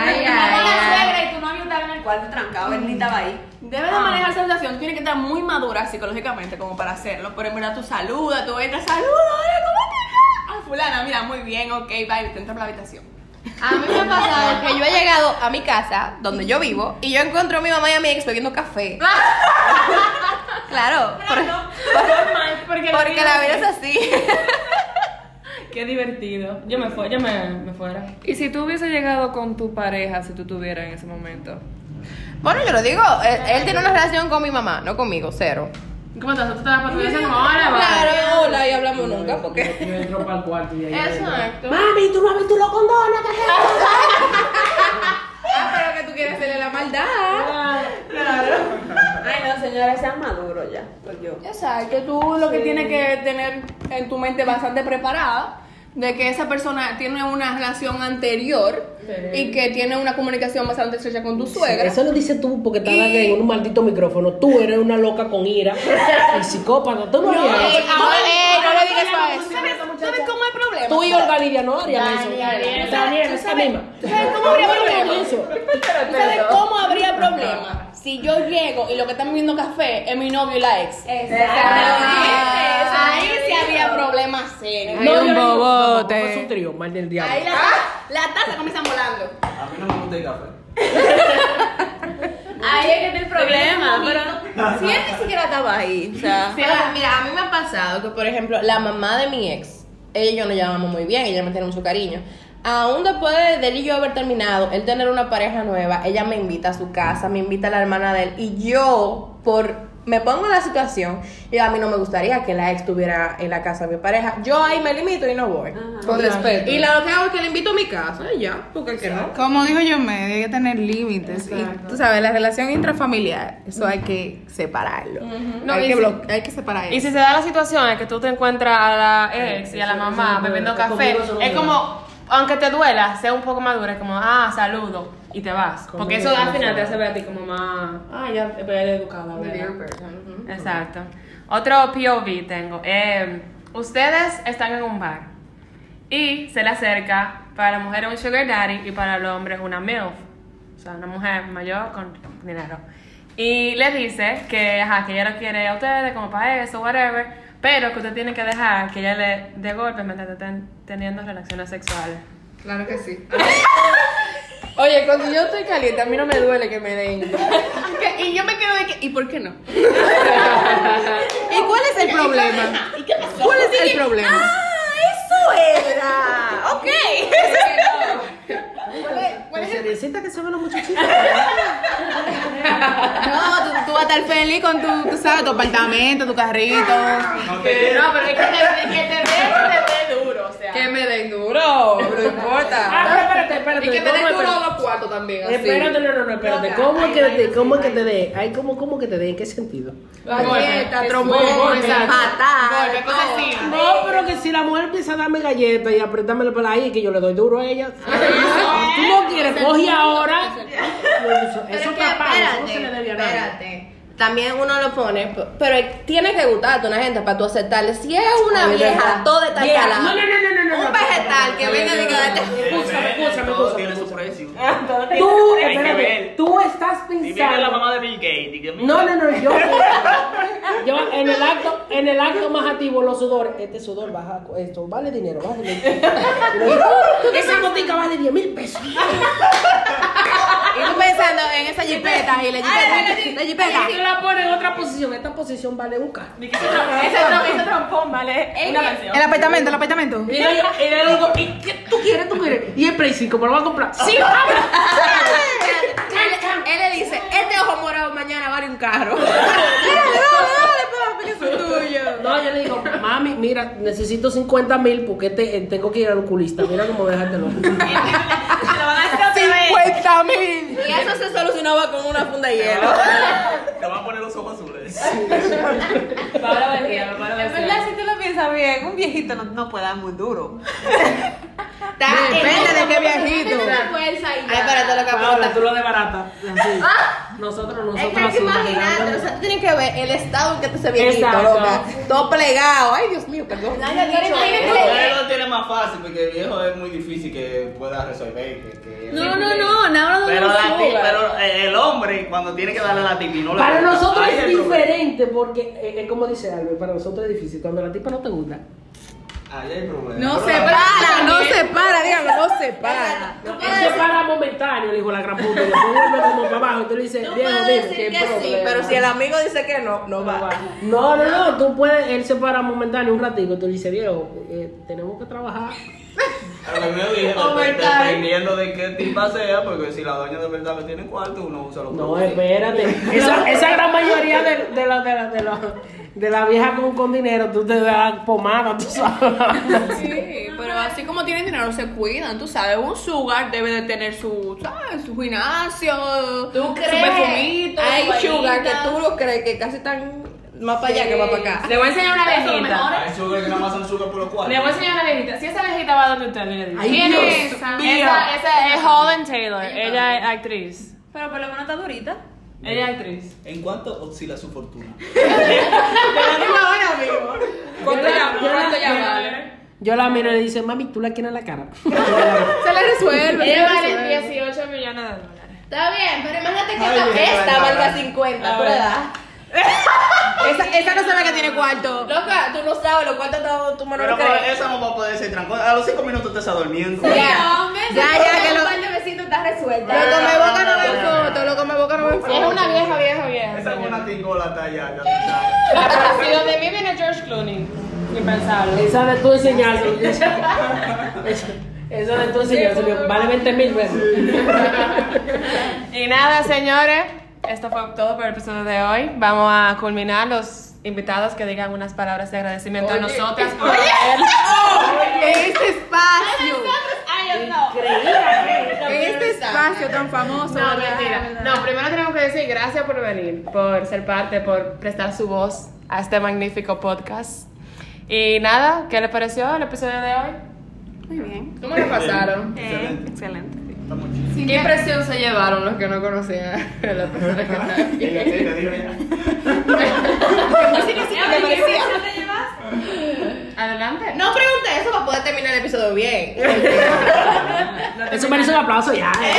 [SPEAKER 11] la suegra y tu novio estaba en el cuarto trancado, él ni estaba ahí.
[SPEAKER 4] Debes
[SPEAKER 3] Ah.
[SPEAKER 4] de manejar esa sensación, tú tienes que estar muy madura psicológicamente como para hacerlo, pero en verdad tú saludas, tú entras, saludos, hola, ¿cómo estás? Ah, fulana, mira, muy bien, ok, bye, te entras a la habitación.
[SPEAKER 10] A mí me ha pasado que yo he llegado a mi casa, donde yo vivo, y yo encuentro a mi mamá y a mi ex bebiendo café. claro, por-
[SPEAKER 1] Porque,
[SPEAKER 10] porque la vida es así.
[SPEAKER 1] Qué divertido. Yo me, fue, yo me, me fuera.
[SPEAKER 9] Y si tú hubiese llegado con tu pareja, si tú tuvieras en ese momento.
[SPEAKER 10] Bueno, yo lo digo, él, él tiene una relación con mi mamá, no conmigo, cero.
[SPEAKER 1] ¿Cómo estás? ¿Tú te vas para tu iglesia como ahora? va?
[SPEAKER 10] Claro, hola, y hablamos nunca, porque...
[SPEAKER 5] Yo, yo entro para el cuarto y ahí.
[SPEAKER 10] Exacto.
[SPEAKER 5] Mami, tú no has visto los condones,
[SPEAKER 10] Ah, pero que tú quieres hacerle la maldad.
[SPEAKER 11] Ay, no, señora, sean maduros ya. Pues yo.
[SPEAKER 4] Exacto, tú lo que tienes que tener en tu mente bastante preparada de que esa persona tiene una relación anterior y que tiene una comunicación bastante estrecha con tu suegra.
[SPEAKER 5] Eso lo dices tú porque estás en un maldito micrófono. Tú eres una loca con ira y psicópata. Tú no,
[SPEAKER 4] eh,
[SPEAKER 5] harías
[SPEAKER 10] Ey,
[SPEAKER 5] eso.
[SPEAKER 4] ah,
[SPEAKER 10] ahora, ey, no le digas eso a eso.
[SPEAKER 4] ¿Sabes, sabes cómo es el problema?
[SPEAKER 5] Tú y Olga Lidia no harían eso. Daniel, esa misma.
[SPEAKER 4] cómo habría problema?
[SPEAKER 5] eso?
[SPEAKER 4] ¿Tú ¿Sabes cómo habría problema? Si yo llego y lo que están bebiendo café es mi novio y la ex. Ahí sí habría problema serio.
[SPEAKER 2] Hay
[SPEAKER 5] yo
[SPEAKER 2] un
[SPEAKER 5] le digo,
[SPEAKER 2] bobote.
[SPEAKER 5] tampoco Es un trío, mal del diablo.
[SPEAKER 4] Ahí la, la taza comienza volando.
[SPEAKER 6] A mí no me gusta el café.
[SPEAKER 11] Ahí es que está el problema.
[SPEAKER 10] Si él ni siquiera estaba ahí, o sea... Ahora, mira, a mí me ha pasado que, por ejemplo, la mamá de mi ex, ella y yo nos llevábamos muy bien, ella me tenía mucho cariño. Aún después de, de él y yo haber terminado, él tener una pareja nueva, ella me invita a su casa, me invita a la hermana de él, y yo, por... Me pongo en la situación y a mí no me gustaría que la ex estuviera en la casa de mi pareja. Yo ahí me limito y no voy.
[SPEAKER 2] Con respeto.
[SPEAKER 10] Y lo que hago es que le invito a mi casa y ya, porque qué no.
[SPEAKER 2] Como dijo yo, me hay que tener límites. Y tú sabes, la relación intrafamiliar, eso hay que separarlo.
[SPEAKER 1] No,
[SPEAKER 2] hay,
[SPEAKER 1] y
[SPEAKER 2] que
[SPEAKER 1] si-
[SPEAKER 2] bloque- hay que separar
[SPEAKER 1] Y
[SPEAKER 2] eso.
[SPEAKER 1] si se da la situación en que tú te encuentras a la ex y a la mamá bebiendo café, es como, aunque te duela, sea un poco madura, es como, ah, saludo, y te vas. Porque eso al final te hace ver a ti como más, ah, ya voy a educada, ¿verdad? Exacto. Otro POV tengo. Eh, ustedes están en un bar y se le acerca para la mujer un sugar daddy y para el hombre una MILF. O sea, una mujer mayor con dinero. Y le dice que, ajá, que ella lo quiere a ustedes como para eso, whatever. Pero que usted tiene que dejar que ella le de golpe mientras estén teniendo relaciones sexuales.
[SPEAKER 2] Claro que sí.
[SPEAKER 9] Oye, cuando yo estoy caliente, a mí no me duele que me den.
[SPEAKER 4] Y yo me quedo de que, ¿y por qué no?
[SPEAKER 2] ¿Y cuál es el problema? ¿Cuál es el problema?
[SPEAKER 5] Cerecita que se ven los muchachitos.
[SPEAKER 2] No, tú, tú vas a estar feliz con tu, tú sabes, tu apartamento, tu carrito.
[SPEAKER 6] No te quiero.
[SPEAKER 1] pero es que te, que te ve, te ve duro, o sea.
[SPEAKER 9] Que me den duro, no importa.
[SPEAKER 5] Ah, pero espérate, espérate.
[SPEAKER 9] Y que me
[SPEAKER 5] ¿cómo
[SPEAKER 9] den
[SPEAKER 5] es?
[SPEAKER 9] duro los cuartos también, así.
[SPEAKER 5] Espérate, no, no, no, espérate. ¿Cómo que te, cómo que te dé? Ay, ¿cómo, cómo que te dé? ¿En qué sentido?
[SPEAKER 9] Galleta, trombón,
[SPEAKER 5] golpe.
[SPEAKER 9] exacto.
[SPEAKER 1] Golpe, cosas así.
[SPEAKER 5] No, pero que si la mujer empieza a darme galletas y apretarme la pelada ahí, que yo le doy duro a ella. Tú no quieres, coge ahora. Eso eso
[SPEAKER 10] Pero
[SPEAKER 5] es
[SPEAKER 10] que,
[SPEAKER 5] papá, eso no
[SPEAKER 10] espérate,
[SPEAKER 5] se le debe a nadie.
[SPEAKER 10] espérate. También uno lo pone, p- pero tiene que gustarte una gente para tú aceptarle. Si es una vieja, todo está
[SPEAKER 5] Mira,
[SPEAKER 10] calado.
[SPEAKER 5] no, no, no, no, no,
[SPEAKER 10] Un
[SPEAKER 5] no,
[SPEAKER 10] vegetal que venga y diga,
[SPEAKER 4] "Este-".
[SPEAKER 5] Escúchame, escúchame,
[SPEAKER 6] Todo
[SPEAKER 5] escúchame.
[SPEAKER 6] tiene su
[SPEAKER 5] escúchame.
[SPEAKER 6] precio.
[SPEAKER 5] Tú,
[SPEAKER 6] Hay que
[SPEAKER 5] espérate,
[SPEAKER 6] ver.
[SPEAKER 5] tú estás pensando.
[SPEAKER 12] la mamá de Bill Gates. y que mira.
[SPEAKER 5] No, no, no, yo, yo en el acto, en el acto más activo, los sudores, este sudor baja, esto vale dinero, vale dinero. Y yo, Esa gotica vale 10 mil pesos.
[SPEAKER 4] Y tú pensando en esa jipeta y la jipeta. La jipeta.
[SPEAKER 5] Y la pone en otra posición, esta posición vale un carro.
[SPEAKER 12] Ni que ese tra- ese tra- ese trompón, ¿vale? Una canción.
[SPEAKER 4] El apartamento, el apartamento.
[SPEAKER 5] Y yo- y yo le digo, ¿y qué tú quieres, tú quieres? Y el Play 5, ¿me lo vas a comprar? ¡Sí, vamos!
[SPEAKER 4] Él, él le dice, este ojo morado mañana vale un carro. Dale, dale, dale, papi, que es tuyo.
[SPEAKER 5] Ah, No, yo le digo, mami, mira, necesito 50 mil porque te- eh, tengo que ir al oculista. Mira cómo este déjatelo.
[SPEAKER 12] Se lo van a hacer otra vez.
[SPEAKER 4] Y eso se solucionaba con una funda de hielo.
[SPEAKER 12] Te van a poner los ojos azules.
[SPEAKER 1] Paola Valdía, Paola
[SPEAKER 13] En
[SPEAKER 1] Valdía.
[SPEAKER 13] verdad, si tú lo piensas bien, un viejito no, no puede dar muy duro.
[SPEAKER 4] Depende de qué viajito. Ay, espérate, lo que
[SPEAKER 5] Paola,
[SPEAKER 4] aporta.
[SPEAKER 5] tú lo desbaratas. Así. Nosotros, nosotros.
[SPEAKER 4] Es que hay que
[SPEAKER 5] así,
[SPEAKER 4] imaginarte, o sea, tú tienes que ver el estado en que tú se viejito,
[SPEAKER 5] Exacto.
[SPEAKER 4] loca. Todo plegado. Ay, Dios mío, perdón.
[SPEAKER 6] Él lo tiene más fácil porque el viejo es muy difícil que pueda resolver. que- que-
[SPEAKER 14] No, no, no, nada de
[SPEAKER 12] Pero,
[SPEAKER 14] los
[SPEAKER 12] la ti-
[SPEAKER 14] sugar.
[SPEAKER 12] pero eh, el hombre, cuando tiene que darle a la tipi, no le
[SPEAKER 5] Para
[SPEAKER 12] gusta.
[SPEAKER 5] nosotros
[SPEAKER 12] Ahí
[SPEAKER 5] es
[SPEAKER 12] el problema.
[SPEAKER 5] diferente porque, eh, eh, como dice Albert, para nosotros es difícil. Cuando la tipa no te gusta,
[SPEAKER 6] Ahí hay problema.
[SPEAKER 3] No
[SPEAKER 6] Pero
[SPEAKER 3] se
[SPEAKER 6] la-
[SPEAKER 3] para, no se para, diablo, no se para.
[SPEAKER 5] no, él se para momentáneo, el hijo de la gran puta, y después vuelve como para abajo y tú le dices, viejo, dime.
[SPEAKER 4] Que sí, pero si el amigo dice que no, no va.
[SPEAKER 5] No, no, no, tú puedes, él se para momentáneo un ratito y tú le dices, viejo, eh, tenemos que trabajar.
[SPEAKER 6] A mí me dije, dep- dependiendo de qué tipa sea, porque si la doña de verdad le tiene cuarto, uno usa los
[SPEAKER 5] No, eh.
[SPEAKER 6] productos.
[SPEAKER 5] espérate. Esa, esa gran mayoría de, de la, de la, de la, de la vieja con, con dinero, tú te das pomada, tú sabes.
[SPEAKER 15] Sí, pero así como tienen dinero, se cuidan, tú sabes. Un sugar debe de tener su, ¿sabes? Su gimnasio, su perfumito.
[SPEAKER 4] Hay
[SPEAKER 15] su
[SPEAKER 4] sugar que
[SPEAKER 15] vainita.
[SPEAKER 4] tú lo crees que casi están más para allá que más para acá.
[SPEAKER 1] Le voy a enseñar una
[SPEAKER 6] Hay
[SPEAKER 1] abejita.
[SPEAKER 6] Ah, sugar que nada más son sugar por los cuartos.
[SPEAKER 1] Le voy a enseñar una abejita. Si esa abejita va donde usted, mire.
[SPEAKER 5] Ay,
[SPEAKER 1] ¿Quién
[SPEAKER 5] Dios
[SPEAKER 1] es esa? Esa, esa es Holland Taylor. Ella es actriz.
[SPEAKER 13] Pero por lo menos está durita.
[SPEAKER 1] Ella es actriz.
[SPEAKER 6] ¿En cuánto oscila su fortuna?
[SPEAKER 5] Yo la- yo la-
[SPEAKER 1] ¿Cuánto ya
[SPEAKER 5] yo la-
[SPEAKER 1] vale?
[SPEAKER 5] Yo la miro y le dice, mami, tú la quieres en la cara.
[SPEAKER 3] Se le resuelve. se le
[SPEAKER 1] Ella
[SPEAKER 3] resuelve.
[SPEAKER 1] vale 18 millones de dólares.
[SPEAKER 4] Está bien, pero imagínate que
[SPEAKER 6] Ay,
[SPEAKER 4] esta-
[SPEAKER 6] bien,
[SPEAKER 4] esta
[SPEAKER 6] verdad,
[SPEAKER 4] valga
[SPEAKER 6] verdad.
[SPEAKER 4] 50,
[SPEAKER 1] A
[SPEAKER 4] tú
[SPEAKER 1] ver.
[SPEAKER 4] le das.
[SPEAKER 3] Esa, esa no sabe que tiene cuarto.
[SPEAKER 4] Loca, tú no sabes lo cual te ha dado tu mano
[SPEAKER 12] Pero
[SPEAKER 4] de
[SPEAKER 12] pues,
[SPEAKER 4] creer.
[SPEAKER 12] esa no va a poder ser trancona. A los cinco minutos te está durmiendo.
[SPEAKER 4] Ya, ya, ya, que lo... está resuelta.
[SPEAKER 3] Loco, me boca no
[SPEAKER 12] no,
[SPEAKER 3] ve
[SPEAKER 12] no,
[SPEAKER 3] foto, loco, me boca no ve foto.
[SPEAKER 1] Es una vieja, vieja, vieja. Eh,
[SPEAKER 6] Esa es
[SPEAKER 1] señora.
[SPEAKER 6] una tingola talla, ya tú sabes.
[SPEAKER 1] Pero si donde mí viene George Clooney. Ni pensarlo.
[SPEAKER 5] Esa de tú enseñarse. Esa de tú enseñarse. Vale 20 mil pues. pesos.
[SPEAKER 1] Y nada, señores, esto fue todo por el episodio de hoy. Vamos a culminar los invitados que digan unas palabras de agradecimiento a nosotras por haber-
[SPEAKER 3] Este espacio,
[SPEAKER 1] Ay, no.
[SPEAKER 3] este espacio tan famoso.
[SPEAKER 1] No,
[SPEAKER 3] ¿verdad?
[SPEAKER 1] mentira. No, primero tenemos que decir gracias por venir, por ser parte, por prestar su voz a este magnífico podcast. Y nada, ¿qué le pareció el episodio de hoy?
[SPEAKER 15] Muy bien.
[SPEAKER 3] ¿Cómo le pasaron?
[SPEAKER 15] Eh, excelente.
[SPEAKER 6] Está muy chido.
[SPEAKER 3] ¿Qué impresión se llevaron los que no conocían a la persona que estaba aquí?
[SPEAKER 6] Ella- ella dijo, ya.
[SPEAKER 1] Adelante.
[SPEAKER 4] No pregunte eso para poder terminar el episodio bien.
[SPEAKER 5] Eso merece un aplauso ya. eh.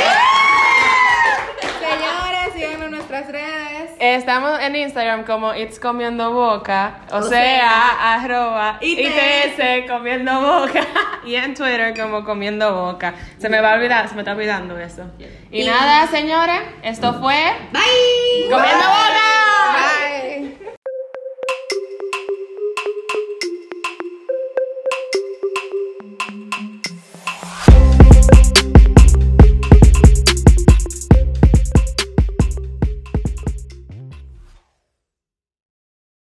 [SPEAKER 3] Señores, síganos en nuestras redes.
[SPEAKER 1] Estamos en Instagram como It's Comiendo Boca, o, sea, arroba ITS Comiendo Boca, y en Twitter como Comiendo Boca. Se me va a olvidar, se me está olvidando eso. Y, nada, señores, esto fue Comiendo Boca.